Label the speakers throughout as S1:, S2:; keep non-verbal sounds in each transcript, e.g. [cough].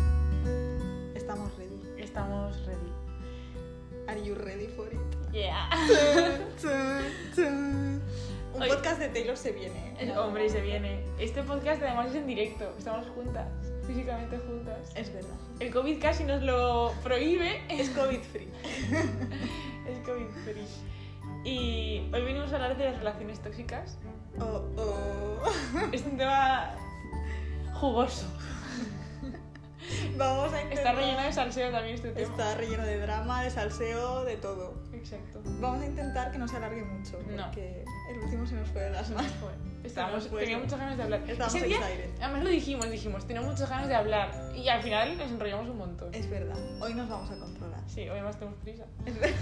S1: [laughs] Taylor se viene. ¿eh?
S2: El hombre se viene. Este podcast además es en directo. Estamos juntas, físicamente juntas.
S1: Es verdad.
S2: El COVID casi nos lo prohíbe.
S1: Es COVID free.
S2: [laughs] Es COVID free. Y hoy venimos a hablar de las relaciones tóxicas.
S1: Oh, oh.
S2: Es un tema jugoso.
S1: [laughs] Vamos a
S2: Está
S1: intentar.
S2: relleno de salseo también este tema.
S1: Está relleno de drama, de salseo, de todo.
S2: Exacto.
S1: Vamos a intentar que no se alargue mucho.
S2: No.
S1: Porque el último se nos fue de las manos.
S2: Joder, estábamos,
S1: Bueno.
S2: tenía muchas ganas de hablar.
S1: Estábamos
S2: Ese día,
S1: excited.
S2: además lo dijimos, dijimos, tenía muchas ganas de hablar. Y al final nos enrollamos un montón.
S1: Es verdad. Hoy nos vamos a
S2: [laughs]
S1: controlar.
S2: Sí, hoy además tenemos prisa.
S1: [laughs] Es verdad.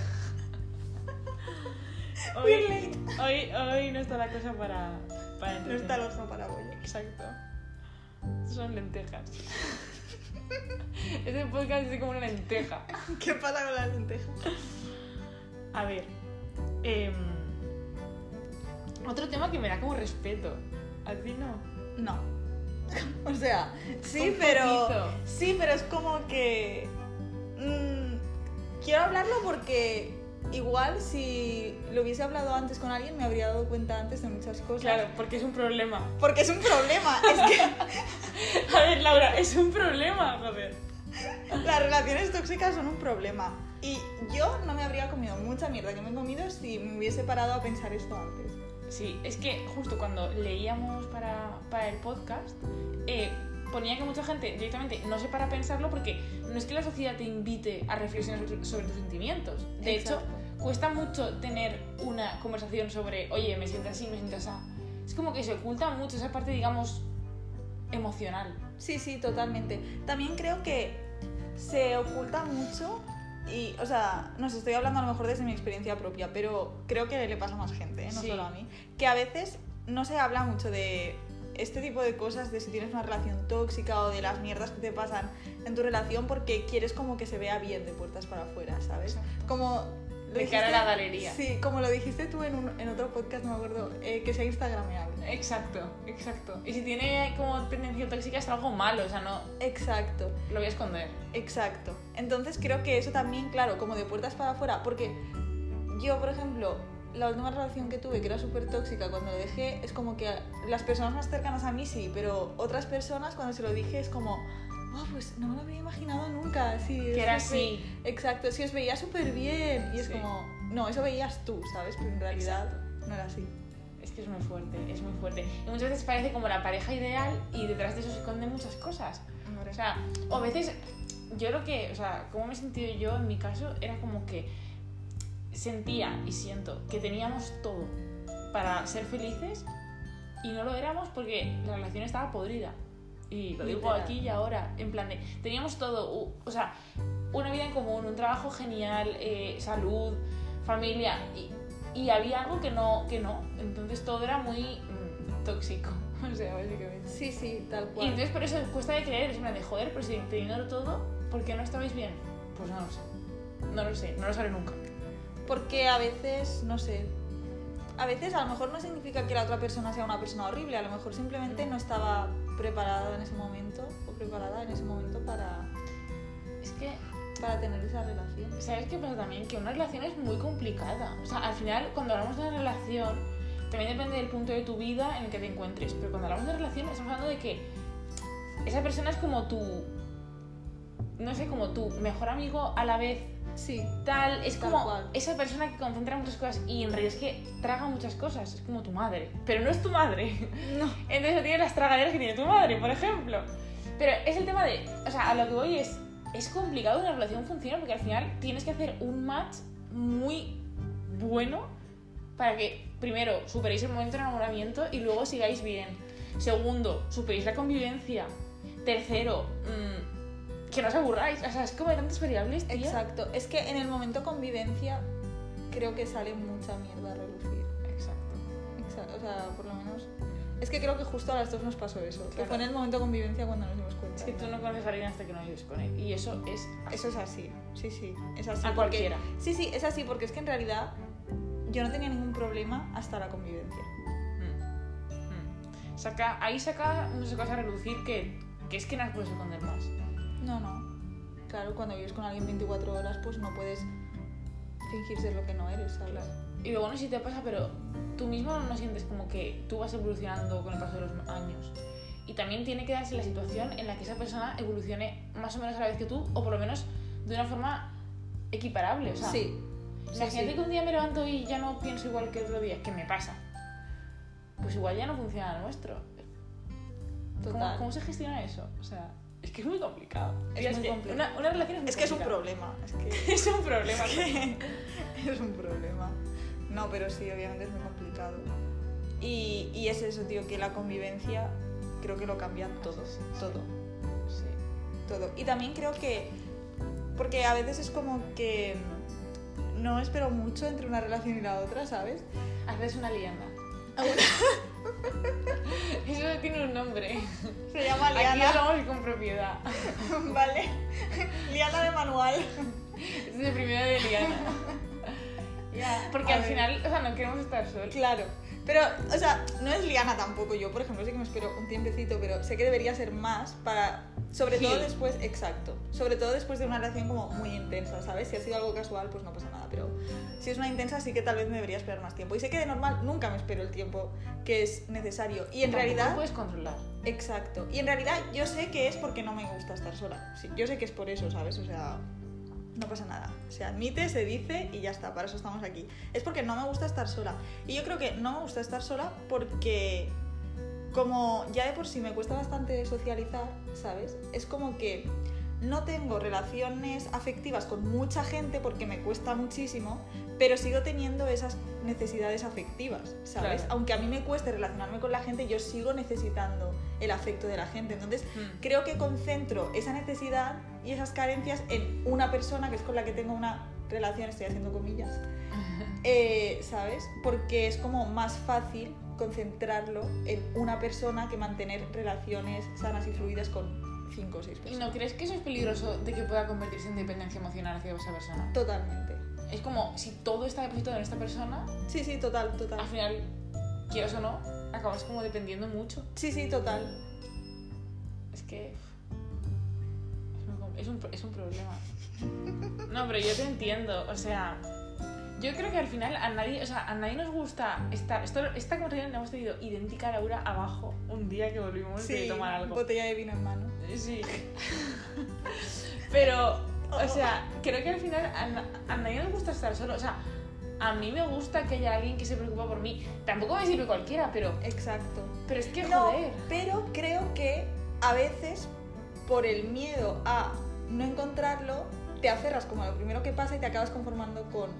S2: Hoy,
S1: We're late.
S2: hoy, hoy no está la cosa para, para
S1: No está
S2: entretener.
S1: el horno para bollo.
S2: Exacto. Estas son lentejas. este podcast es como una lenteja.
S1: ¿Qué pasa con las lentejas?
S2: A ver. em, otro tema que me da como respeto. A ti no.
S1: No. [laughs] O sea, sí,
S2: Un
S1: pero.
S2: poquito.
S1: Sí, pero es como que. mm, quiero hablarlo porque igual si lo hubiese hablado antes con alguien me habría dado cuenta antes de muchas cosas.
S2: Claro, porque es un problema.
S1: Porque es un problema. Es que
S2: [laughs] A ver, Laura, es un problema, joder.
S1: las relaciones tóxicas son un problema. Y yo no me habría comido mucha mierda que me he comido si me hubiese parado a pensar esto antes.
S2: Sí, es que justo cuando leíamos para, para el podcast, eh, ponía que mucha gente directamente no se para a pensarlo porque no es que la sociedad te invite a reflexionar sobre, sobre tus sentimientos. De hecho,
S1: Exacto.
S2: cuesta mucho tener una conversación sobre, oye, me siento así, me siento así. Es como que se oculta mucho esa parte, digamos, emocional.
S1: Sí, sí, totalmente. También creo que se oculta mucho y, o sea, nos estoy hablando a lo mejor desde mi experiencia propia, pero creo que le pasa a más gente, ¿eh? no
S2: Sí.
S1: solo a mí, que a veces no se habla mucho de este tipo de cosas, de si tienes una relación tóxica o de las mierdas que te pasan en tu relación porque quieres como que se vea bien de puertas para afuera, ¿sabes?
S2: Exacto.
S1: Como... lo
S2: De cara a la galería.
S1: Sí, como lo dijiste tú en, un- en otro podcast, no me acuerdo, eh, que sea ¿eh? instagrameable.
S2: Exacto, exacto. Y si tiene como tendencia tóxica es algo malo, o sea, no
S1: Exacto.
S2: lo voy a esconder.
S1: Exacto. Entonces creo que eso también, claro, como de puertas para afuera, porque yo, por ejemplo, la última relación que tuve, que era súper tóxica, cuando lo dejé, es como que las personas más cercanas a mí sí, pero otras personas cuando se lo dije es como, wow, pues no me lo había imaginado nunca. Sí, es
S2: Que era
S1: que os ve-
S2: así.
S1: Exacto, sí, os veía súper bien. Y es
S2: Sí.
S1: como, no, eso veías tú, ¿sabes? Pero en realidad no era así.
S2: Es que es muy fuerte, es muy fuerte. Y muchas veces parece como la pareja ideal y detrás de eso se esconden muchas cosas. O sea, o a veces yo lo que, o sea, como me he sentido yo en mi caso, era como que sentía y siento que teníamos todo para ser felices y no lo éramos porque la relación estaba podrida. Y lo digo
S1: Literal.
S2: aquí y ahora, en plan de, teníamos todo, u- o sea, una vida en común, un trabajo genial, eh, salud, familia, y, y había algo que no, que no, entonces todo era muy mm, tóxico, [laughs] o sea, básicamente.
S1: sí, sí, tal
S2: Y
S1: cual.
S2: entonces por eso cuesta de creer, es en plan de joder, pero si teniendo todo, ¿por qué no estabais bien? Pues no lo sé. No lo sé, no lo sabré nunca.
S1: Porque a veces, no sé, a veces a lo mejor no significa que la otra persona sea una persona horrible, a lo mejor simplemente no estaba preparada en ese momento o preparada en ese momento para,
S2: Es que,
S1: para tener esa relación.
S2: ¿sabes qué pasa también? Que una relación es muy complicada. O sea, al final, cuando hablamos de una relación, también depende del punto de tu vida en el que te encuentres. Pero cuando hablamos de relación, estamos hablando de que esa persona es como tu. No sé, como tu mejor amigo a la vez.
S1: Sí,
S2: Tal, es
S1: Tal
S2: como
S1: cual.
S2: esa persona que concentra muchas cosas y en realidad es que traga muchas cosas. Es como tu madre. Pero no es tu madre. [laughs]
S1: no.
S2: Entonces no tienes las tragaderas que tiene tu madre, por ejemplo. Pero es el tema de, o sea, a lo que voy es, es complicado una relación funcione porque al final tienes que hacer un match muy bueno para que, primero, superéis el momento de enamoramiento y luego sigáis bien. Segundo, superéis la convivencia. Tercero, mm, que no os aburráis. O sea, es como de tantas variables, tía.
S1: Exacto, es que en el momento convivencia creo que sale mucha mierda a relucir.
S2: Exacto.
S1: Exacto, o sea, por lo menos... Es que creo que justo a las dos nos pasó eso, que
S2: Claro.
S1: fue en el momento convivencia cuando nos dimos cuenta.
S2: Es que tú no conoces a alguien hasta que no vives con él. Y eso es
S1: Eso es así, sí, sí, es así. porque-
S2: a cualquiera.
S1: Sí, sí, es así, porque es que en realidad yo no tenía ningún problema hasta la convivencia.
S2: Mm. Mm. Saca, ahí saca muchas cosas a relucir que, que es que no las puedes esconder más.
S1: No, no. Claro, cuando vives con alguien 24 horas, pues no puedes fingir ser lo que no eres, ¿sabes?
S2: Claro. Y luego no sé si te pasa, pero tú mismo no sientes como que tú vas evolucionando con el paso de los años. Y también tiene que darse la situación en la que esa persona evolucione más o menos a la vez que tú, o por lo menos de una forma equiparable. O sea,
S1: Sí. sí,
S2: Imagínate
S1: sí.
S2: que un día me levanto y ya no pienso igual que el otro día, que me pasa. Pues igual ya no funciona lo nuestro. ¿Cómo-
S1: Total.
S2: ¿Cómo, se gestiona eso? O sea, es que es muy complicado.
S1: Es
S2: Tío,
S1: muy
S2: que
S1: complejo.
S2: Una, una relación es muy
S1: Es que es un
S2: complicada.
S1: problema. Es que... [laughs]
S2: [laughs] es un problema.
S1: Es que es un problema. No, pero sí, obviamente es muy complicado. Y, y es eso, tío, que la convivencia creo que lo cambia todo, todo,
S2: Sí.
S1: todo. Y también creo que, porque a veces es como que no espero mucho entre una relación y la otra, ¿sabes?
S2: Haces una lianda.
S1: Ah,
S2: [laughs] Eso tiene un nombre.
S1: Se llama
S2: Aquí
S1: Liana,
S2: hablamos con propiedad.
S1: [laughs] ¿vale? Liana de manual.
S2: Es de primera
S1: [laughs]
S2: de liana. Porque
S1: A
S2: al
S1: ver.
S2: final, o sea, no queremos estar solos.
S1: Claro. Pero, o sea, no es liana tampoco. Yo, por ejemplo, sé que me espero un tiempecito, pero sé que debería ser más para. Sobre todo
S2: Sí.
S1: después, exacto. Sobre todo después de una relación como muy intensa, ¿sabes? Si ha sido algo casual, pues no pasa nada. Pero si es una intensa, sí que tal vez me debería esperar más tiempo. Y sé que de normal nunca me espero el tiempo que es necesario. Y en
S2: Tampoco
S1: realidad.
S2: lo puedes controlar.
S1: Exacto. Y en realidad yo sé que es porque no me gusta estar sola. Sí, yo sé que es por eso, ¿sabes? O sea, no pasa nada. Se admite, se dice y ya está. Para eso estamos aquí. Es porque no me gusta estar sola. Y yo creo que no me gusta estar sola porque como ya de por sí me cuesta bastante socializar, ¿sabes? Es como que no tengo relaciones afectivas con mucha gente porque me cuesta muchísimo, pero sigo teniendo esas necesidades afectivas, ¿sabes?
S2: Claro.
S1: Aunque a mí me cueste relacionarme con la gente, yo sigo necesitando el afecto de la gente. Entonces,
S2: Mm.
S1: creo que concentro esa necesidad y esas carencias en una persona que es con la que tengo una relación, estoy haciendo comillas, eh, ¿sabes? Porque es como más fácil concentrarlo en una persona que mantener relaciones sanas y fluidas con cinco o seis
S2: [laughs] ¿Y
S1: personas.
S2: no crees que eso es peligroso de que pueda convertirse en dependencia emocional hacia esa persona?
S1: Totalmente.
S2: Es como si todo está depositado en esta persona,
S1: Sí, sí, total,
S2: al
S1: total.
S2: final, quieras o no, acabas como dependiendo mucho.
S1: Sí, sí, total.
S2: Es que. es muy com- Es un, pro- es un problema. No, pero yo te entiendo. O sea, yo creo que al final a nadie, o sea, a nadie nos gusta estar. Esto, esta conversación la hemos tenido idéntica a Laura abajo un día que volvimos
S1: Sí,
S2: de tomar algo.
S1: botella de vino en mano.
S2: Sí. Pero, o sea, creo que al final a, na- a nadie nos gusta estar solo. O sea, a mí me gusta que haya alguien que se preocupa por mí. Tampoco me sirve cualquiera, pero,
S1: Exacto.
S2: pero es que
S1: No,
S2: joder.
S1: pero creo que a veces por el miedo a no encontrarlo, te aferras como a lo primero que pasa y te acabas conformando con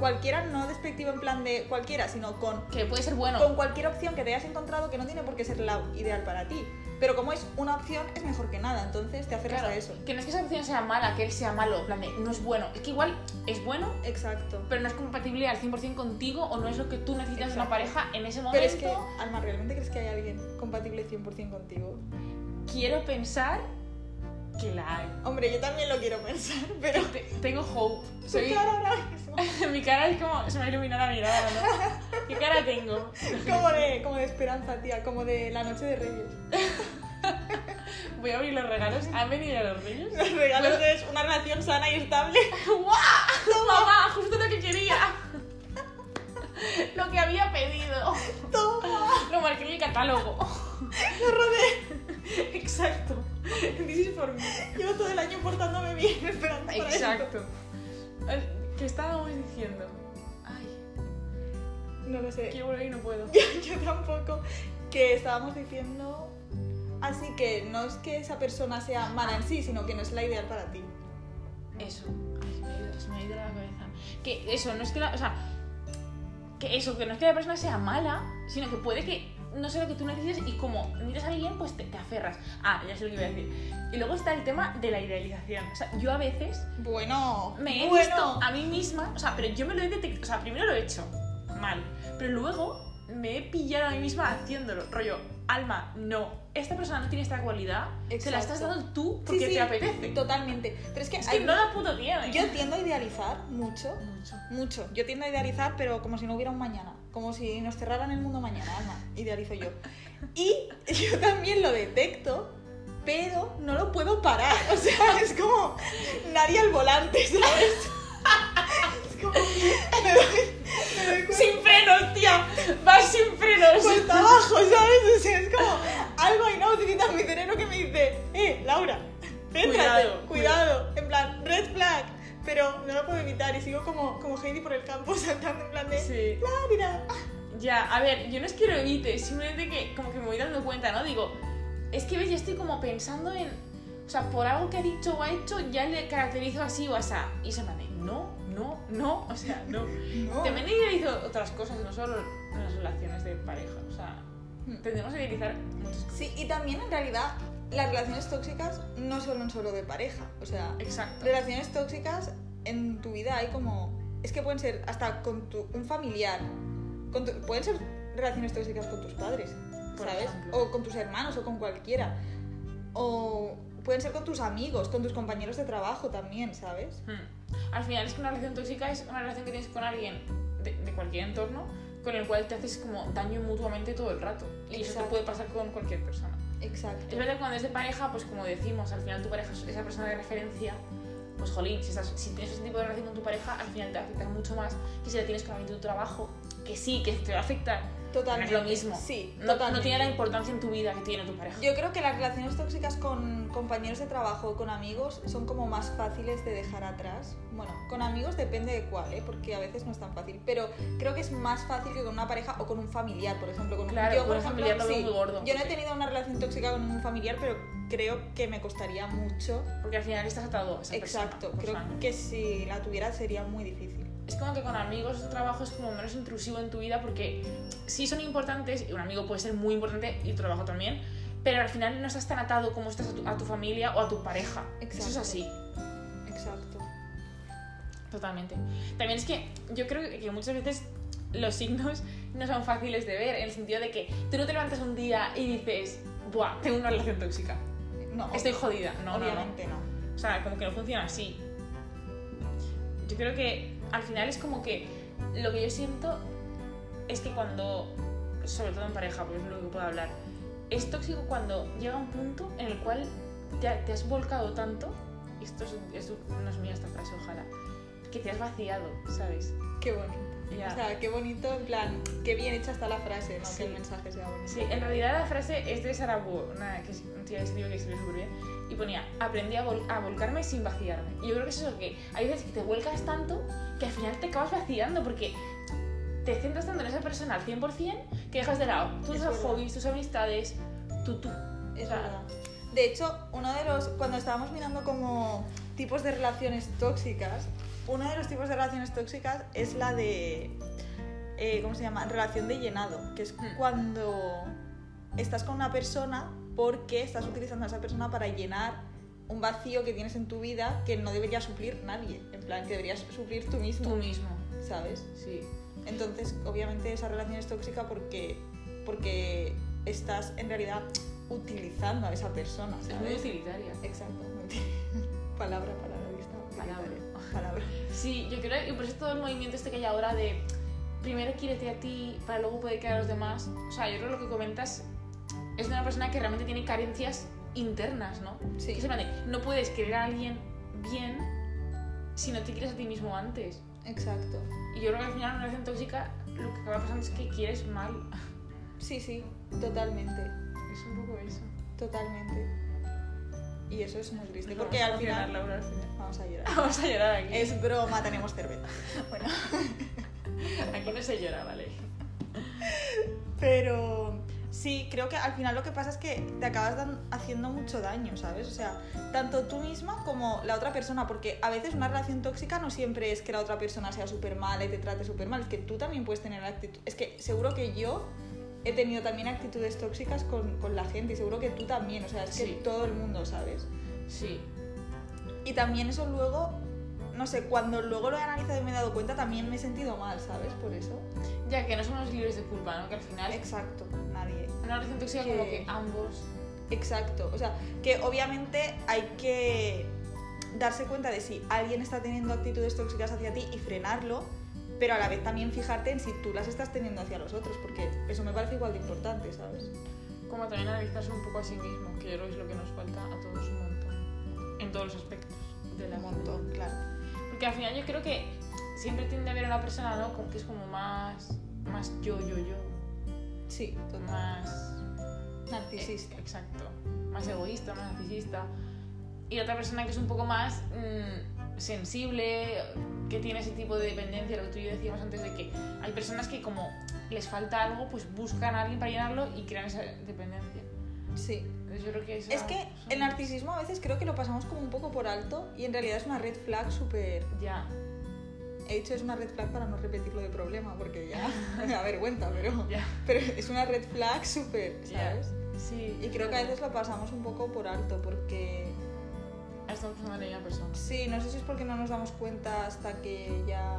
S1: cualquiera, no despectivo en plan de cualquiera, sino con,
S2: Que puede ser bueno.
S1: con cualquier opción que te hayas encontrado que no tiene por qué ser la ideal para ti. Pero como es una opción, es mejor que nada, entonces te aferras
S2: Claro,
S1: a eso.
S2: Que no es que esa opción sea mala, que él sea malo, en plan de, no es bueno. Es que igual es bueno,
S1: Exacto.
S2: pero no es compatible al 100% contigo o no es lo que tú necesitas de una
S1: Exacto.
S2: pareja en ese momento.
S1: Pero es que, Alma, ¿realmente crees que hay alguien compatible 100% contigo?
S2: quiero pensar que la hay.
S1: Hombre, yo también lo quiero pensar, pero...
S2: Te- tengo hope.
S1: Soy... [laughs]
S2: Soy-
S1: Claro, ahora mismo.
S2: [laughs] Mi cara es como. Se me iluminó la mirada, ¿no? ¿Qué cara tengo?
S1: Como de, como de esperanza, tía, como de la noche de Reyes. [laughs]
S2: Voy a abrir los regalos. ¿Han venido los
S1: [laughs]
S2: niños?
S1: Los regalos
S2: Bueno.
S1: es una relación sana y estable. [laughs]
S2: ¡Guau! ¡Mamá! ¡Justo lo que quería! [laughs] Lo que había pedido.
S1: Toma,
S2: Lo marqué en el catálogo.
S1: lo rodé. [laughs]
S2: Exacto. This is for me.
S1: Llevo todo el año portándome [laughs] bien, esperando para esto.
S2: Exacto. ¿Qué estábamos diciendo? Ay,
S1: No lo sé.
S2: quiero volver y no puedo.
S1: [laughs] Yo tampoco. Que estábamos diciendo. Así que no es que esa persona sea mala en sí, sino que no es la ideal para ti.
S2: Eso. Ay, se me ha ido- se me ha ido la cabeza. Que eso, no es que la. O sea. Que eso, que no es que la persona sea mala, sino que puede que no sea lo que tú necesites y como miras a alguien, pues te, te aferras. Ah, ya sé lo que iba a decir. Y luego está el tema de la idealización. O sea, yo a veces
S1: Bueno,
S2: me he
S1: bueno.
S2: visto a mí misma, o sea, pero yo me lo he detectado, o sea, primero lo he hecho mal, pero luego me he pillado a mí misma haciéndolo, rollo, alma, no, esta persona no tiene esta cualidad, se
S1: Exacto.
S2: la estás dando tú porque
S1: Sí, sí,
S2: te apetece.
S1: Totalmente. Pero es que,
S2: Es que
S1: hay-
S2: no la ¿eh? puto tiene.
S1: yo tiendo a idealizar mucho.
S2: Mucho.
S1: Mucho. Yo tiendo a idealizar, pero como si no hubiera un mañana. Como si nos cerraran el mundo mañana, alma. Idealizo yo. Y [laughs] yo también lo detecto, pero no lo puedo parar. O sea, [laughs] es como
S2: [laughs]
S1: nadie al volante, ¿sabes? Es como. Me doy,
S2: sin frenos, tía. Vas sin frenos.
S1: Cuesta Pues abajo, ¿sabes? O sea, es como algo ahí no grita en mi cerebro que me dice, eh, Laura, céntrate, cuidado,
S2: Cuidado, cuidado.
S1: en plan, red flag. Pero no lo puedo evitar y sigo como, como Heidi por el campo [laughs] saltando en plan de, "Ah,
S2: Sí.
S1: Laura.
S2: Ya, a ver, yo no es que lo evite, simplemente que como que me voy dando cuenta, ¿no? Digo, es que ves, ya estoy como pensando en. O sea, por algo que ha dicho o ha hecho, ya le caracterizo así o así. Y se me hace, no, no, no, [laughs] o sea, no.
S1: No.
S2: También he idealizado otras cosas, no solo las relaciones de pareja, o sea,
S1: Hmm.
S2: tendemos a idealizar muchas cosas.
S1: Sí, y también en realidad las relaciones tóxicas no son solo de pareja, o sea,
S2: Exacto.
S1: relaciones tóxicas en tu vida hay como es que pueden ser hasta con tu, un familiar con tu- pueden ser relaciones tóxicas con tus padres
S2: Por
S1: sabes
S2: ejemplo.
S1: o con tus hermanos o con cualquiera o pueden ser con tus amigos con tus compañeros de trabajo también sabes
S2: Hmm. Al final es que una relación tóxica es una relación que tienes con alguien de, de cualquier entorno con el cual te haces como daño mutuamente todo el rato. Y eso te
S1: Exacto.
S2: puede pasar con cualquier persona.
S1: exacto
S2: Es verdad que cuando es de pareja, pues como decimos, al final tu pareja es esa persona de referencia. Pues jolín, si, estás- si tienes ese tipo de relación con tu pareja, al final te afecta mucho más que si la tienes con alguien de tu trabajo, que sí, que te va a afectar. No es
S1: totalmente
S2: lo mismo.
S1: sí
S2: No, no
S1: totalmente.
S2: tiene la importancia en tu vida que tiene tu pareja.
S1: yo creo que las relaciones tóxicas con compañeros de trabajo o con amigos son como más fáciles de dejar atrás. Bueno, con amigos depende de cuál, ¿eh? porque a veces no es tan fácil. Pero creo que es más fácil que con una pareja o con un familiar, por ejemplo. Con un-
S2: Claro,
S1: yo,
S2: con
S1: por
S2: un
S1: ejemplo,
S2: familiar lo veo
S1: sí,
S2: muy gordo,
S1: Yo no he
S2: sí.
S1: tenido una relación tóxica con un familiar, pero creo que me costaría mucho.
S2: Porque al final estás atado a esa persona
S1: Exacto,
S2: por
S1: creo
S2: sangre.
S1: que si la tuviera sería muy difícil.
S2: es como que con amigos de trabajo es como menos intrusivo en tu vida porque sí son importantes, y un amigo puede ser muy importante y tu trabajo también, pero al final no estás tan atado como estás a tu, a tu familia o a tu pareja. Eso es
S1: Exacto.
S2: así,
S1: Exacto.
S2: totalmente. También es que yo creo que- que muchas veces los signos no son fáciles de ver, en el sentido de que tú no te levantas un día y dices, buah, tengo una relación tóxica,
S1: No,
S2: estoy jodida. No, no, no.
S1: obviamente no.
S2: O sea, como que no funciona así. Yo creo que al final es como que lo que yo siento es que cuando, sobre todo en pareja, porque es lo que puedo hablar, es tóxico cuando llega un punto en el cual te, ha- te has volcado tanto, y esto es, es- no es mía esta frase, ojalá, que te has vaciado, ¿sabes?
S1: Qué bonito.
S2: Ya.
S1: O sea, qué bonito, en plan, qué bien hecha está la frase, ¿no?
S2: Sí.
S1: Que el mensaje sea bonito.
S2: Sí, en realidad la frase es de Sarah Bo, una que es un tío que escribe que escribe súper bien, y ponía, aprendí a, vol- a volcarme sin vaciarme. Y yo creo que eso es lo que hay veces que te vuelcas tanto que al final te acabas vaciando porque te centras tanto en esa persona al 100% que dejas de lado tus
S1: Es verdad.
S2: hobbies, tus amistades, tu tú.
S1: Es
S2: Claro.
S1: verdad. De hecho, uno de los. Cuando estábamos mirando como tipos de relaciones tóxicas, uno de los tipos de relaciones tóxicas es la de. eh, ¿Cómo se llama? Relación de llenado, que es
S2: Hmm.
S1: cuando estás con una persona porque estás utilizando a esa persona para llenar un vacío que tienes en tu vida que no debería suplir nadie. En plan, que deberías suplir tú
S2: Tú
S1: mismo,
S2: mismo,
S1: ¿sabes?
S2: sí.
S1: Entonces, obviamente esa relación es tóxica porque, porque estás en realidad utilizando a esa persona,
S2: Es muy
S1: ¿sabes?
S2: utilitaria.
S1: Exacto. muy útil. [laughs] palabra, palabra, ¿viste?
S2: Palabra.
S1: Utilitaria. Palabra.
S2: Sí, yo creo, y por eso todo el movimiento este que hay ahora de primero quírete a ti para luego poder querer a los demás. O sea, yo creo que lo que comentas es de una persona que realmente tiene carencias internas, ¿no?
S1: Sí.
S2: Que es en plan de, no puedes querer a alguien bien si no te quieres a ti mismo antes.
S1: Exacto.
S2: Y yo creo que al final una relación tóxica lo que acaba pasando es que quieres mal. [laughs]
S1: Sí, sí, totalmente.
S2: Es un poco eso.
S1: Totalmente. Y eso es muy triste.
S2: Nos
S1: Porque
S2: vamos a
S1: al
S2: emocionar,
S1: final.
S2: Laura, al final. [laughs]
S1: Vamos a llorar.
S2: Vamos a llorar aquí.
S1: Es broma, tenemos cerveza. Bueno.
S2: Aquí no se llora, ¿vale?
S1: Pero sí, creo que al final lo que pasa es que te acabas dan- haciendo mucho daño, ¿sabes? O sea, tanto tú misma como la otra persona, porque a veces una relación tóxica no siempre es que la otra persona sea súper mala y te trate súper mal, es que tú también puedes tener actitud. Es que seguro que yo he tenido también actitudes tóxicas con, con la gente y seguro que tú también, o sea, es que
S2: Sí.
S1: todo el mundo, ¿sabes?
S2: Sí.
S1: Y también eso luego, no sé, cuando luego lo he analizado y me he dado cuenta, también me he sentido mal, ¿sabes? Por eso.
S2: Ya que no somos libres de culpa, ¿no? Que al final
S1: Exacto, nadie.
S2: Una relación tóxica
S1: Que-
S2: como que ambos.
S1: Exacto, o sea, que obviamente hay que darse cuenta de si alguien está teniendo actitudes tóxicas hacia ti y frenarlo, pero a la vez también fijarte en si tú las estás teniendo hacia los otros, porque eso me parece igual de importante, ¿sabes?
S2: Como también analizarse un poco a sí mismo, que yo creo que es lo que nos falta a todos un montón. En todos los aspectos de la
S1: Un montón, claro.
S2: Porque al final yo creo que siempre tiende a haber una persona, ¿no? Como que es como más, más yo, yo, yo,
S1: Sí, total.
S2: más...
S1: Narcisista.
S2: Eh, Exacto. Más egoísta, más narcisista. Y la otra persona que es un poco más mm, sensible, que tiene ese tipo de dependencia, lo que tú y yo decíamos antes de que hay personas que como les falta algo, pues buscan a alguien para llenarlo y crean esa dependencia.
S1: Sí.
S2: Entonces yo creo que esa-
S1: Es que
S2: son-
S1: el narcisismo a veces creo que lo pasamos como un poco por alto y en realidad es una red flag súper...
S2: Ya.
S1: He dicho es una red flag para no repetirlo de problema porque ya [laughs] me da vergüenza, pero...
S2: Ya.
S1: Pero es una red flag súper,
S2: Ya.
S1: ¿sabes?
S2: Sí.
S1: Y creo que a veces lo pasamos un poco por alto porque...
S2: Estamos pensando en la misma persona.
S1: Sí, no sé si es porque no nos damos cuenta hasta que ya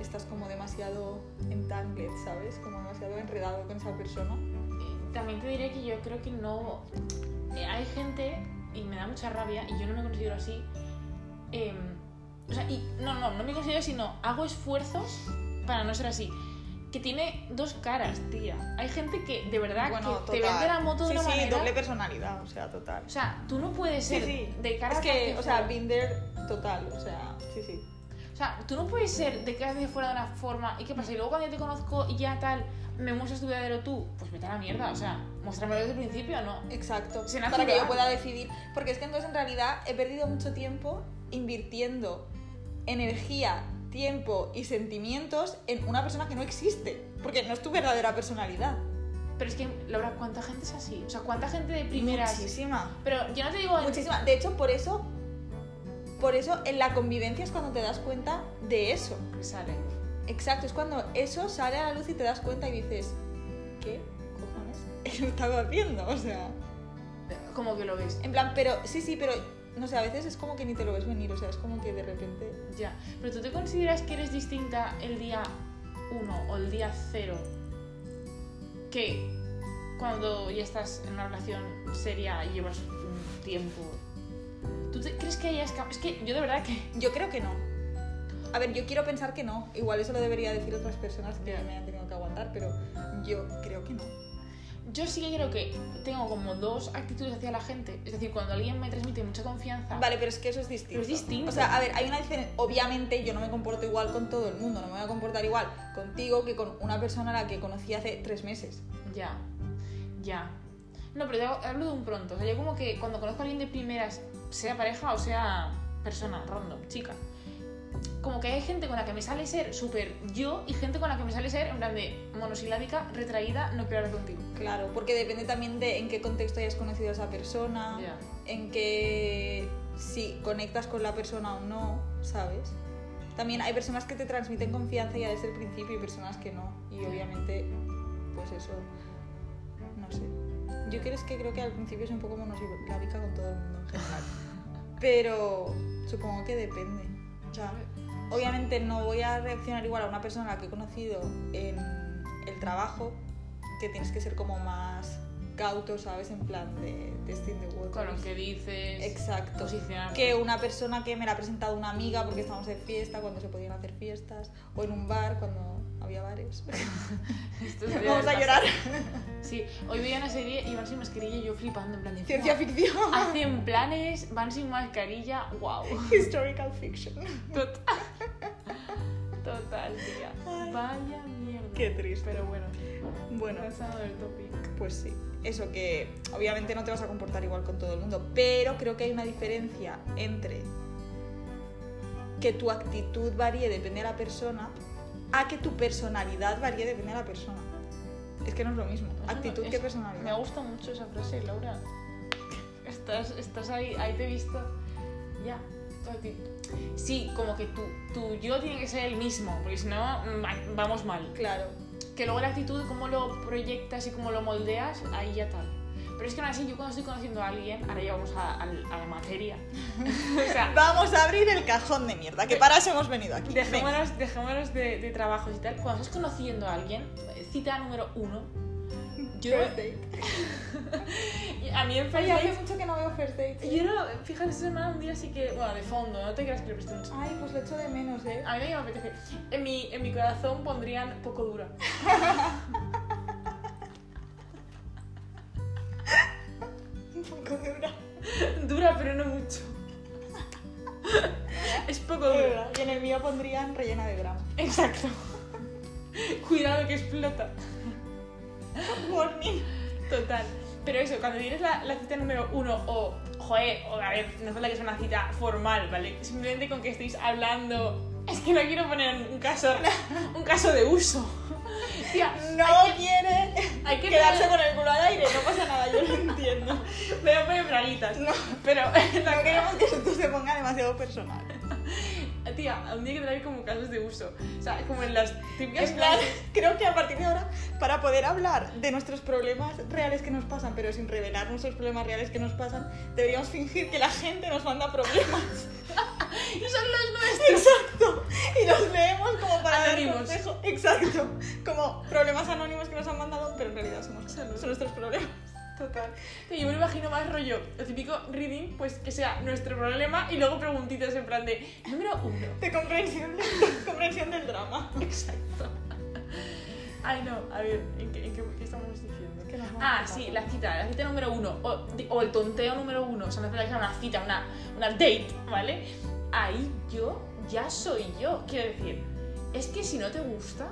S1: estás como demasiado entangled, ¿sabes? Como demasiado enredado con esa persona.
S2: Eh, También te diré que yo creo que no. eh, hay gente, y me da mucha rabia, y yo no me considero así. eh, o sea, y no, no, no me considero así, no. Hago esfuerzos para no ser así. Que tiene dos caras, tía. Hay gente que de verdad Ah, que te vende la moto de
S1: sí,
S2: una
S1: sí,
S2: manera.
S1: doble personalidad, o sea, total.
S2: O sea, tú no puedes ser de cara
S1: Es que,
S2: hacia
S1: o sea,
S2: afuera.
S1: Binder total, o sea, sí, sí.
S2: O sea, tú no puedes ser de cara hacia fuera de una forma y qué pasa, y luego cuando yo te conozco y ya tal, me muestras tu verdadero tú, pues vete a la mierda, o sea, muéstramelo desde el principio, ¿no?
S1: Exacto.
S2: Sin
S1: para que
S2: natural.
S1: yo pueda decidir. Porque es que entonces en realidad he perdido mucho tiempo invirtiendo energía, tiempo y sentimientos en una persona que no existe. Porque no es tu verdadera personalidad.
S2: Pero es que, Laura, ¿cuánta gente es así? O sea, ¿cuánta gente de primeras?
S1: Muchísima.
S2: Pero yo no te digo... en-
S1: Muchísima. De hecho, por eso. Por eso en la convivencia es cuando te das cuenta de eso.
S2: Sale.
S1: Exacto, es cuando eso sale a la luz y te das cuenta y dices, ¿qué cojones [laughs] he estado haciendo? O sea,
S2: Como que lo ves.
S1: en plan, pero sí, sí, pero no sé, a veces es como que ni te lo ves venir, o sea, es como que de repente.
S2: Ya. Pero tú te consideras que eres distinta el día 1 o el día 0 que cuando ya estás en una relación seria y llevas un tiempo. ¿Tú te- crees que hayas cambiado? Es que yo de verdad que...
S1: Yo creo que no. A ver, yo quiero pensar que no. Igual eso lo debería decir otras personas que
S2: Ya.
S1: me han tenido que aguantar, pero yo creo que no.
S2: Yo sí que creo que tengo como dos actitudes hacia la gente. Es decir, cuando alguien me transmite mucha confianza...
S1: Vale, pero es que eso es distinto.
S2: Pero es distinto.
S1: O sea, a ver, hay una diferencia. Obviamente yo no me comporto igual con todo el mundo, no me voy a comportar igual contigo que con una persona a la que conocí hace tres meses.
S2: Ya, ya. No, pero te hago- hablo de un pronto. O sea, yo como que cuando conozco a alguien de primeras, sea pareja o sea persona, random, chica, como que hay gente con la que me sale ser súper yo y gente con la que me sale ser en plan de monosilábica, retraída, no quiero hablar contigo.
S1: Claro, porque depende también de en qué contexto hayas conocido a esa persona,
S2: Ya.
S1: en qué si conectas con la persona o no, ¿sabes? También hay personas que te transmiten confianza ya desde el principio y personas que no. Y
S2: Ya.
S1: obviamente, pues eso, no sé. Yo creo es que creo que al principio es un poco monosilábica con todo el mundo en general.
S2: [laughs]
S1: Pero supongo que depende. O sea, obviamente no voy a reaccionar igual a una persona a la que he conocido en el trabajo, que tienes que ser como más cauto, ¿sabes? En plan de testing the waters.
S2: Con lo que dices.
S1: Exacto.
S2: Posicionarte.
S1: Que una persona que me la ha presentado una amiga porque estábamos de fiesta, cuando se podían hacer fiestas, o en un bar cuando había bares.
S2: [laughs]
S1: [laughs]
S2: Esto es de
S1: Vamos a
S2: verdad.
S1: llorar.
S2: Sí, hoy veía una serie y van sin mascarilla y yo flipando en plan de.
S1: Ciencia
S2: "Buah,
S1: ficción.
S2: [laughs] Hacen planes, van sin mascarilla, wow.
S1: Historical fiction.
S2: Total. Total, tía.
S1: Ay.
S2: Vaya mierda.
S1: Qué triste.
S2: Pero bueno,
S1: Bueno,
S2: pasando del topic.
S1: pues sí. Eso que obviamente no te vas a comportar igual con todo el mundo, pero creo que hay una diferencia entre que tu actitud varíe depende de la persona a que tu personalidad varíe depende de la persona. Es que no es lo mismo. Actitud
S2: Es-
S1: que personalidad.
S2: Me gusta mucho esa frase, Laura. Estás, estás ahí, ahí te he visto. Ya. tu actitud. Sí, como que tú, tú yo tiene que ser el mismo, porque si no, mm, vamos mal.
S1: Claro.
S2: Que luego la actitud, cómo lo proyectas y cómo lo moldeas, ahí ya tal. Pero es que aún así, yo cuando estoy conociendo a alguien, ahora ya vamos a, a la [laughs] materia. o sea,
S1: Vamos a abrir el cajón de mierda, que para eso hemos venido aquí. Venga.
S2: Dejémonos, dejémonos de, de trabajos y tal. Cuando estás conociendo a alguien, cita número uno. Yo,
S1: First date.
S2: a mí en
S1: Ay, hace
S2: Facebook.
S1: mucho que no veo first date.
S2: Yo no, fíjate, esta semana un día sí que. Bueno, de fondo, no te creas que le presté mucho.
S1: Ay, pues lo echo de menos, ¿eh?
S2: A mí me apetece. En mi, en mi corazón pondrían poco dura.
S1: Un poco dura.
S2: Dura, pero no mucho. es poco
S1: Es
S2: duro.
S1: verdad. Y en el mío pondrían rellena de grama.
S2: Exacto. Cuidado que explota.
S1: Warning.
S2: Total. Pero eso, cuando tienes la, la cita número uno o, joder, o a ver, no es la que sea una cita formal, ¿vale? Simplemente con que estéis hablando... Es que no quiero poner un caso,
S1: [laughs]
S2: un caso de uso. Tía,
S1: No quiere
S2: hay que
S1: quedarse
S2: tener-
S1: con el culo al aire. No pasa nada, yo lo entiendo.
S2: Voy a poner braguitas.
S1: No,
S2: Pero, [laughs]
S1: no queremos que esto se ponga demasiado personal.
S2: tía, un día hay que traer como casos de uso. O sea, como en las típicas
S1: En plan, [laughs]
S2: clases-
S1: creo que a partir de ahora, para poder hablar de nuestros problemas reales que nos pasan, pero sin revelar nuestros problemas reales que nos pasan, deberíamos fingir que la gente nos manda problemas.
S2: Y son los nuestros.
S1: Exacto. Y los leemos como para
S2: Anónimos.
S1: dar consejo. Exacto. Como problemas anónimos que nos han mandado, pero en realidad somos
S2: Salud.
S1: son nuestros problemas.
S2: Total. Que yo me lo imagino más rollo, lo típico reading, pues que sea nuestro problema y luego preguntitas en plan de número uno.
S1: De [laughs] comprensión, de comprensión del drama.
S2: Exacto. Ay, no, a ver, ¿en qué, en qué- qué estamos diciendo?
S1: Es que nos vamos
S2: Ah,
S1: a
S2: sí,
S1: pasar.
S2: la cita, la cita número uno, o, di- o el tonteo número uno, o sea, no hace falta que sea una cita, una, una date, ¿vale? Ahí yo ya soy yo, quiero decir, es que si no te gusta,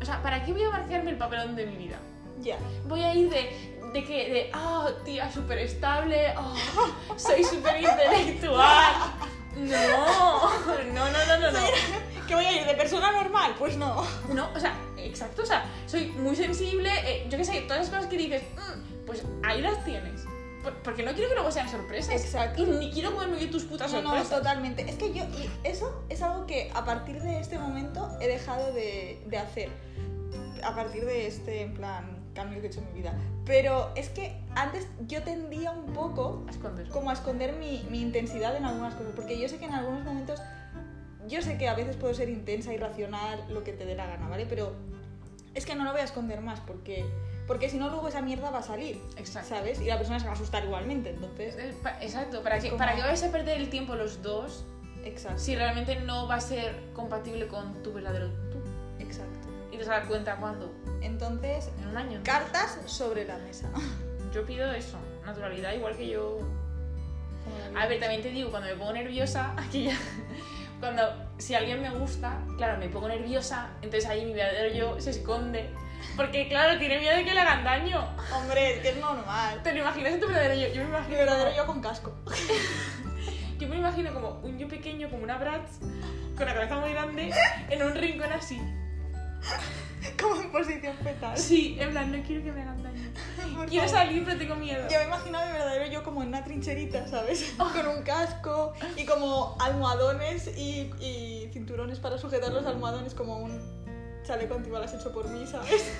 S2: o sea, ¿para qué voy a marcarme el papelón de mi vida?
S1: Ya.
S2: voy a ir de, de que, de, ah, tía súper estable, ah, soy
S1: [laughs]
S2: súper intelectual. No, no, no, no, no, no.
S1: ¿Que voy a ir de persona normal? Pues no.
S2: No, o sea, exacto, o sea, soy muy sensible, eh, yo qué sé, todas las cosas que dices, mm, pues ahí las tienes. Por- Porque no quiero que luego sean sorpresas.
S1: Exacto.
S2: Y ni quiero comerme yo tus putas
S1: No, no,
S2: sorpresas.
S1: totalmente. Es que yo, y eso es algo que a partir de este momento he dejado de, de hacer. A partir de este, en plan, cambio que he hecho en mi vida. Pero es que antes yo tendía un poco
S2: ¿Has contado?
S1: como a esconder mi, mi intensidad en algunas cosas. Porque yo sé que en algunos momentos, yo sé que a veces puedo ser intensa, irracional, lo que te dé la gana, ¿vale? Pero es que no lo voy a esconder más porque, porque si no, luego esa mierda va a salir,
S2: Exacto.
S1: ¿sabes? Y la persona se va a asustar igualmente, entonces.
S2: Eh, pa- Exacto, ¿para
S1: Es
S2: qué,
S1: como-
S2: ¿para qué vais a perder el tiempo los dos
S1: Exacto.
S2: si realmente no va a ser compatible con tu verdadero tú?
S1: Exacto.
S2: Y te vas a dar cuenta cuando
S1: Entonces,
S2: En un año.
S1: cartas sobre la mesa.
S2: Yo pido eso, naturalidad, igual que yo.
S1: Como la
S2: A ver,
S1: vida.
S2: también te digo, cuando me pongo nerviosa, [laughs] aquí ya. Cuando, si alguien me gusta, claro, me pongo nerviosa, entonces ahí mi verdadero yo se esconde. Porque, claro, tiene miedo de que le hagan daño.
S1: Hombre, es que es normal.
S2: ¿Te lo imaginas en tu verdadero yo? Yo me
S1: Mi
S2: imagino.
S1: verdadero
S2: como-
S1: yo con casco. [laughs]
S2: Yo me imagino como un yo pequeño, como una Bratz, con la cabeza muy grande, en un rincón así.
S1: Como en posición fetal.
S2: Sí, en plan, no quiero que me hagan daño.
S1: [laughs] Por
S2: Quiero
S1: favor.
S2: salir, pero tengo miedo.
S1: Oh. Yo me imagino a mi verdadero yo como en una trincherita, ¿sabes? [laughs] Con un casco y como almohadones y, y cinturones para sujetar los almohadones como un chaleco antibalas hecho por mí, ¿sabes?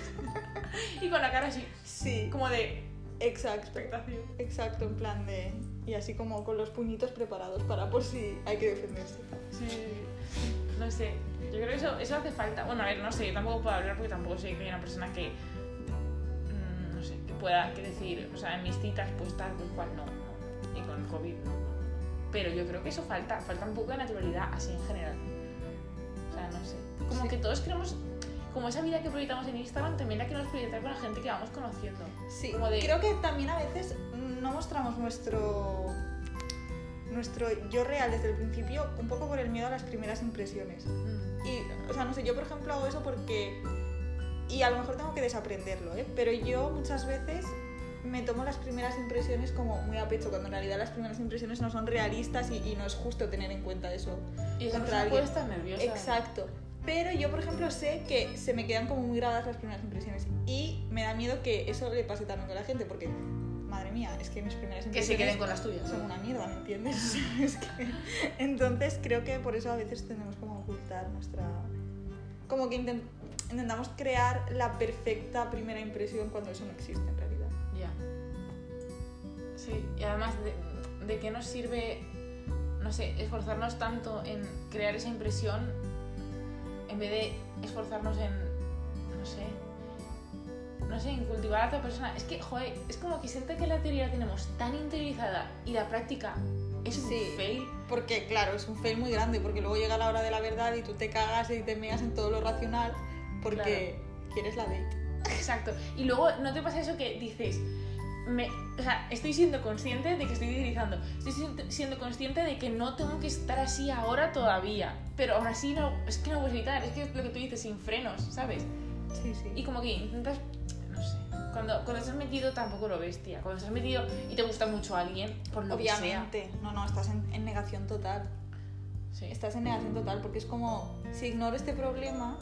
S2: Y con la cara así,
S1: Sí,
S2: como de
S1: exacto.
S2: expectación.
S1: Exacto, en plan de... Y así como con los puñitos preparados para por si hay que defenderse.
S2: Sí, no sé. Yo creo que eso, eso hace falta. Bueno, a ver, no sé, yo tampoco puedo hablar porque tampoco soy una persona que. mm, No sé, que pueda que decir, o sea, en mis citas, pues tal, pues cual, no, no. Y con el COVID, no, no, no. Pero yo creo que eso falta, falta un poco de naturalidad así en general. O sea, no sé. Como
S1: Sí.
S2: que todos queremos. Como esa vida que proyectamos en Instagram, también la queremos proyectar con la gente que vamos conociendo.
S1: Sí,
S2: Como de-
S1: creo que también a veces no mostramos nuestro nuestro yo real desde el principio un poco por el miedo a las primeras impresiones. Y o sea, no sé, yo por ejemplo hago eso porque y a lo mejor tengo que desaprenderlo, ¿eh? Pero yo muchas veces me tomo las primeras impresiones como muy a pecho, cuando en realidad las primeras impresiones no son realistas y, y no es justo tener en cuenta eso.
S2: Y esa
S1: Contra
S2: persona
S1: alguien.
S2: puede estar nerviosa.
S1: Exacto. Pero yo, por ejemplo, sé que se me quedan como muy grabadas las primeras impresiones. Y me da miedo que eso le pase también con la gente, porque, madre mía, es que mis primeras
S2: Que se
S1: impresiones
S2: queden con las tuyas.
S1: son una mierda, ¿me entiendes? [laughs] Es que- Entonces creo que por eso a veces tenemos como ocultar nuestra... Como que intent- intentamos crear la perfecta primera impresión cuando eso no existe en realidad.
S2: Ya. Sí, y además, de, de qué nos sirve, no sé, esforzarnos tanto en crear esa impresión en vez de esforzarnos en, no sé, no sé, en cultivar a otra persona? Es que, joder, es como que siento que la teoría la tenemos tan interiorizada y la práctica es un
S1: Sí.
S2: fail.
S1: Porque, claro, es un fail muy grande, porque luego llega la hora de la verdad y tú te cagas y te meas en todo lo racional porque quieres la date.
S2: Exacto. Y luego, ¿no te pasa eso que dices, me, o sea, estoy siendo consciente de que estoy utilizando. Estoy siendo- siendo consciente de que no tengo que estar así ahora todavía. Pero aún así no, es que no puedes evitar. Es que es lo que tú dices, sin frenos, ¿sabes?
S1: Sí, sí.
S2: Y como que intentas, no sé. Cuando, cuando estás metido tampoco lo ves, tía. Cuando estás metido y te gusta mucho alguien, por lo que
S1: Obviamente. No, no, estás en, en negación total.
S2: sea. Sí.
S1: Estás en negación total porque es como, si ignoro este problema...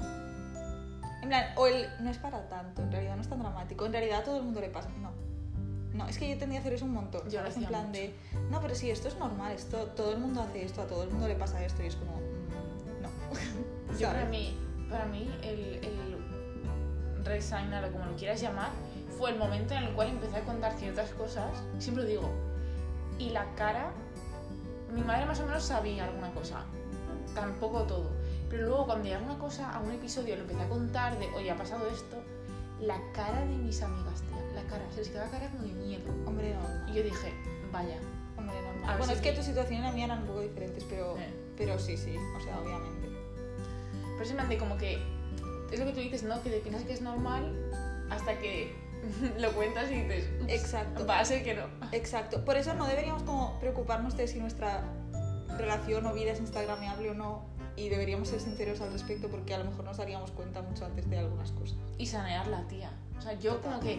S1: En plan, o el... No es para tanto, en realidad no es tan dramático. En realidad a todo el mundo le pasa. No. No, es que yo tendía a hacer eso un montón.
S2: Yo lo
S1: ¿sabes? en
S2: hacía
S1: plan de... No, pero sí, esto es normal. Esto, todo el mundo hace esto, a todo el mundo le pasa esto. Y es como... mm, No.
S2: [laughs]
S1: ¿Sabes?
S2: Yo para mí, para mí el, el resignar o como lo quieras llamar, fue el momento en el cual empecé a contar ciertas cosas, siempre lo digo, y la cara, mi madre más o menos sabía alguna cosa, tampoco todo, pero luego cuando llegaba una cosa a un episodio, lo empecé a contar de, oye, ha pasado esto, la cara de mis amigas, tía, la cara, se les quedaba cara como de miedo,
S1: Hombre, normal.
S2: y yo dije, vaya,
S1: Hombre,
S2: A
S1: normal.
S2: ver
S1: Bueno,
S2: si
S1: es que
S2: sí.
S1: tu situación y la mía eran un poco diferentes, pero,
S2: Eh.
S1: pero sí, sí. O sea, obviamente.
S2: Pero es en plan de como que. Es lo que tú dices, ¿no? Que te piensas que es normal hasta que [laughs] lo cuentas y dices. "Ups,
S1: Exacto.
S2: Va a ser que no.
S1: Exacto. Por eso no deberíamos como preocuparnos de si nuestra relación o vida es instagrameable o no. Y deberíamos ser sinceros al respecto porque a lo mejor nos daríamos cuenta mucho antes de algunas cosas.
S2: Y sanear la tía. O sea, yo como que.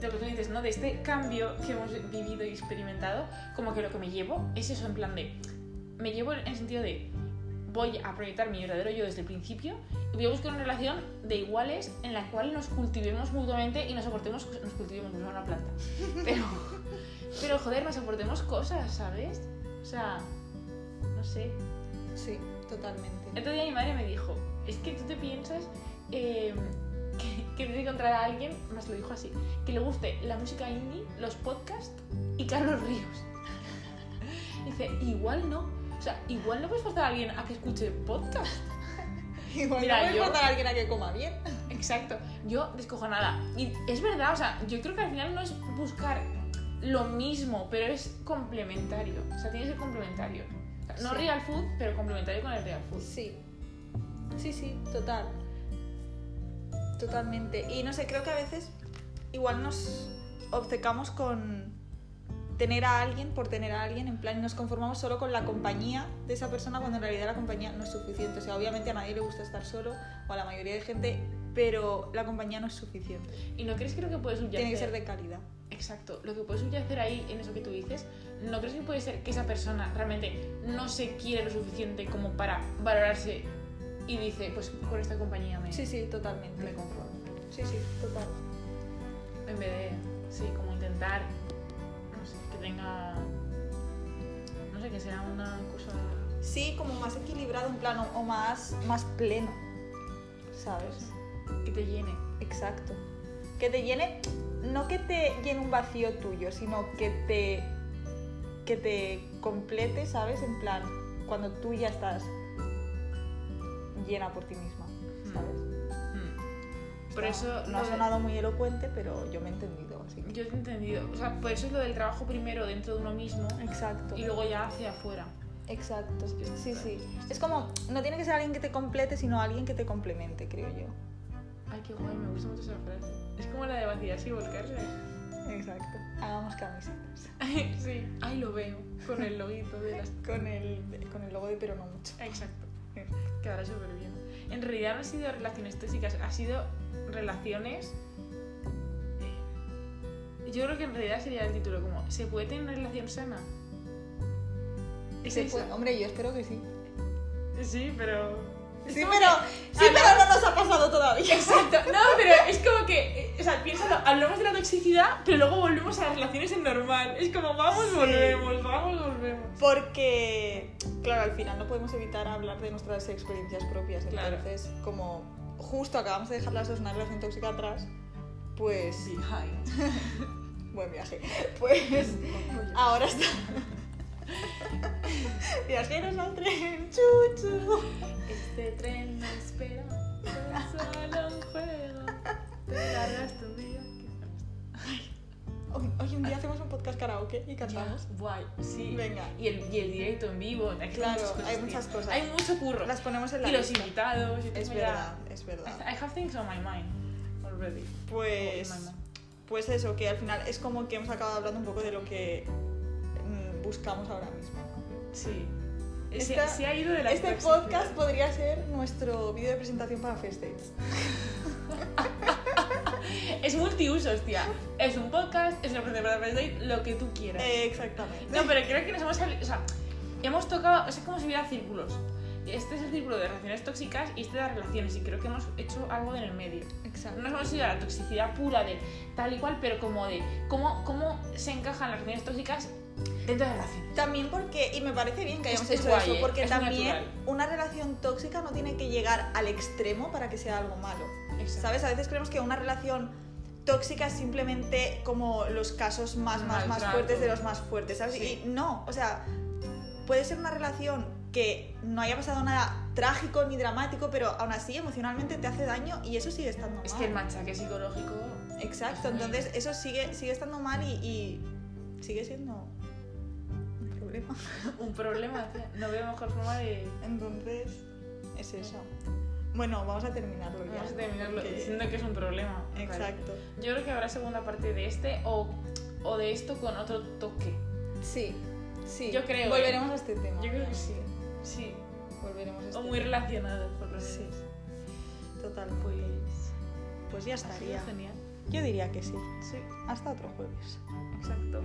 S2: De lo que tú dices, ¿no? De este cambio que hemos vivido y experimentado, como que lo que me llevo es eso en plan de. Me llevo en el sentido de. Voy a proyectar mi verdadero yo desde el principio y voy a buscar una relación de iguales en la cual nos cultivemos mutuamente y nos aportemos. Nos cultivemos, no una planta. Pero, pero joder, nos aportemos cosas, ¿sabes? O sea, no sé.
S1: Sí, totalmente.
S2: El otro día mi madre me dijo, es que tú te piensas eh, que, que tienes que encontrar a alguien, más lo dijo así, que le guste la música indie, los podcasts y Carlos Ríos. [laughs] Dice, igual no. O sea, igual no puedes forzar a alguien a que escuche podcast.
S1: [laughs]
S2: [laughs]
S1: Igual
S2: Mira,
S1: no puedes
S2: yo-
S1: forzar a alguien a que coma bien.
S2: Exacto. Yo descojonada. Y es verdad, o sea, yo creo que al final no es buscar lo mismo, pero es complementario. O sea, tiene que ser complementario. O sea, no
S1: Sí.
S2: real food, pero complementario con el real food.
S1: Sí. Sí, sí, total. Totalmente. Y no sé, creo que a veces igual nos obcecamos con tener a alguien por tener a alguien, en plan, y nos conformamos solo con la compañía de esa persona cuando en realidad la compañía no es suficiente. O sea, obviamente a nadie le gusta estar solo, o a la mayoría de gente, pero la compañía no es suficiente.
S2: ¿Y no crees que lo que puedes subyacer?
S1: Tiene que ser de calidad.
S2: Exacto. Lo que puede subyacer ahí en eso que tú dices, ¿no crees que puede ser que esa persona realmente no se quiere lo suficiente como para valorarse y dice, pues con esta compañía me,
S1: Sí, sí, totalmente.
S2: me conformo?
S1: Sí, sí, total.
S2: En vez de, sí, como intentar, no sé, que tenga, no sé, que sea una cosa...
S1: Sí, como más equilibrado, en plan, o- o más, más pleno, ¿sabes?
S2: que te llene.
S1: Exacto. Que te llene, no que te llene un vacío tuyo, sino que te, que te complete, ¿sabes? En plan, cuando tú ya estás llena por ti misma, ¿sabes?
S2: Mm. Por
S1: No,
S2: eso...
S1: No ha
S2: lo de-
S1: sonado muy elocuente, pero yo me he entendido, así que...
S2: Yo te he entendido. O sea, por eso es lo del trabajo primero dentro de uno mismo
S1: Exacto.
S2: y luego ya hacia afuera.
S1: Exacto.
S2: que
S1: Sí,
S2: está-
S1: sí. Es como, no tiene que ser alguien que te complete, sino alguien que te complemente, creo yo.
S2: Ay, qué guay, me gusta mucho esa frase. Es como la de vaciarse y volcarse.
S1: Exacto. Hagamos [laughs] camisetas.
S2: sí. Ay, lo veo. Con el loguito de las.
S1: Con el, con el logo de pero no mucho.
S2: Exacto. Quedará súper bien. En realidad no han sido relaciones tóxicas, ha sido relaciones. eh, Yo creo que en realidad sería el título como ¿Se puede tener una relación sana? ¿Es
S1: Se
S2: eso?
S1: fue- Hombre, yo espero que sí.
S2: Sí, pero. es
S1: Sí,
S2: como
S1: pero,
S2: que-
S1: sí,
S2: habla-
S1: pero no nos ha pasado todavía.
S2: Exacto. No, pero es como que, eh, o sea, piénsalo, hablamos de la toxicidad, pero luego volvemos a las relaciones en normal. Es como vamos,
S1: Sí.
S2: volvemos, vamos, volvemos.
S1: Porque, claro, al final no podemos evitar hablar de nuestras experiencias propias.
S2: Claro.
S1: Entonces, como justo acabamos de dejar las dos una relación tóxica atrás, pues. [laughs] Buen viaje. [laughs] Pues. Ahora está. [laughs] Viajeros al tren, chuchu.
S2: Este tren no espera, es solo un juego. Te agarras tu día.
S1: Hoy, hoy un día hacemos un podcast karaoke y cantamos.
S2: Guay, sí.
S1: Venga.
S2: Y el, y el directo en vivo. hay que
S1: Claro,
S2: hacer
S1: hay
S2: tío.
S1: muchas cosas.
S2: Hay mucho curro.
S1: Las ponemos en la
S2: y los
S1: lista.
S2: invitados. y
S1: Es
S2: todo, mira.
S1: verdad, es verdad.
S2: I have things on my mind already.
S1: Pues.
S2: On my mind.
S1: pues eso, que al final es como que hemos acabado hablando un poco de lo que mm, buscamos ahora mismo.
S2: Sí.
S1: Esta-
S2: se, se ha ido de la
S1: Este
S2: toxicidad.
S1: podcast podría ser nuestro vídeo de presentación para First Dates.
S2: Es multiusos, tía. Es un podcast, es una presentación para Facebook, lo que tú quieras.
S1: Eh, exactamente.
S2: No, pero creo que nos hemos... abri- O sea, hemos tocado... O sea, es como si hubiera círculos. Este es el círculo de relaciones tóxicas y este de relaciones. Y creo que hemos hecho algo en el medio.
S1: Exacto.
S2: No nos hemos ido a la toxicidad pura de tal y cual, pero como de cómo, cómo se encajan las relaciones tóxicas dentro de relaciones.
S1: También porque, y me parece bien que
S2: Es-
S1: hayamos
S2: es
S1: hecho
S2: guay,
S1: eso,
S2: eh,
S1: porque
S2: es
S1: también
S2: natural.
S1: una relación tóxica no tiene que llegar al extremo para que sea algo malo. ¿Sabes? A veces creemos que una relación tóxica es simplemente como los casos más, más, más
S2: Maltrato.
S1: fuertes de los más fuertes, ¿sabes?
S2: Sí.
S1: Y no, o sea, puede ser una relación que no haya pasado nada trágico ni dramático, pero aún así emocionalmente te hace daño y eso sigue estando mal.
S2: Es que el machaque psicológico...
S1: Exacto, entonces eso sigue, sigue estando mal y, y sigue siendo un problema.
S2: Un problema, tía. No veo mejor forma de...
S1: Entonces, es eso. Bueno, vamos a terminarlo Pues ya.
S2: Vamos a terminarlo
S1: porque-
S2: diciendo que es un problema. Vale.
S1: Exacto.
S2: Yo creo que habrá segunda parte de este o, o de esto con otro toque.
S1: Sí, sí.
S2: Yo creo, ¿eh?
S1: Volveremos a este tema.
S2: Yo creo que sí. Sí.
S1: Volveremos a este
S2: O muy
S1: tema.
S2: relacionado, por lo
S1: Sí.
S2: menos.
S1: Total, pues,
S2: Pues.
S1: pues ya
S2: ha sido
S1: estaría.
S2: genial.
S1: Yo diría que sí.
S2: Sí,
S1: Hasta otro jueves.
S2: exacto.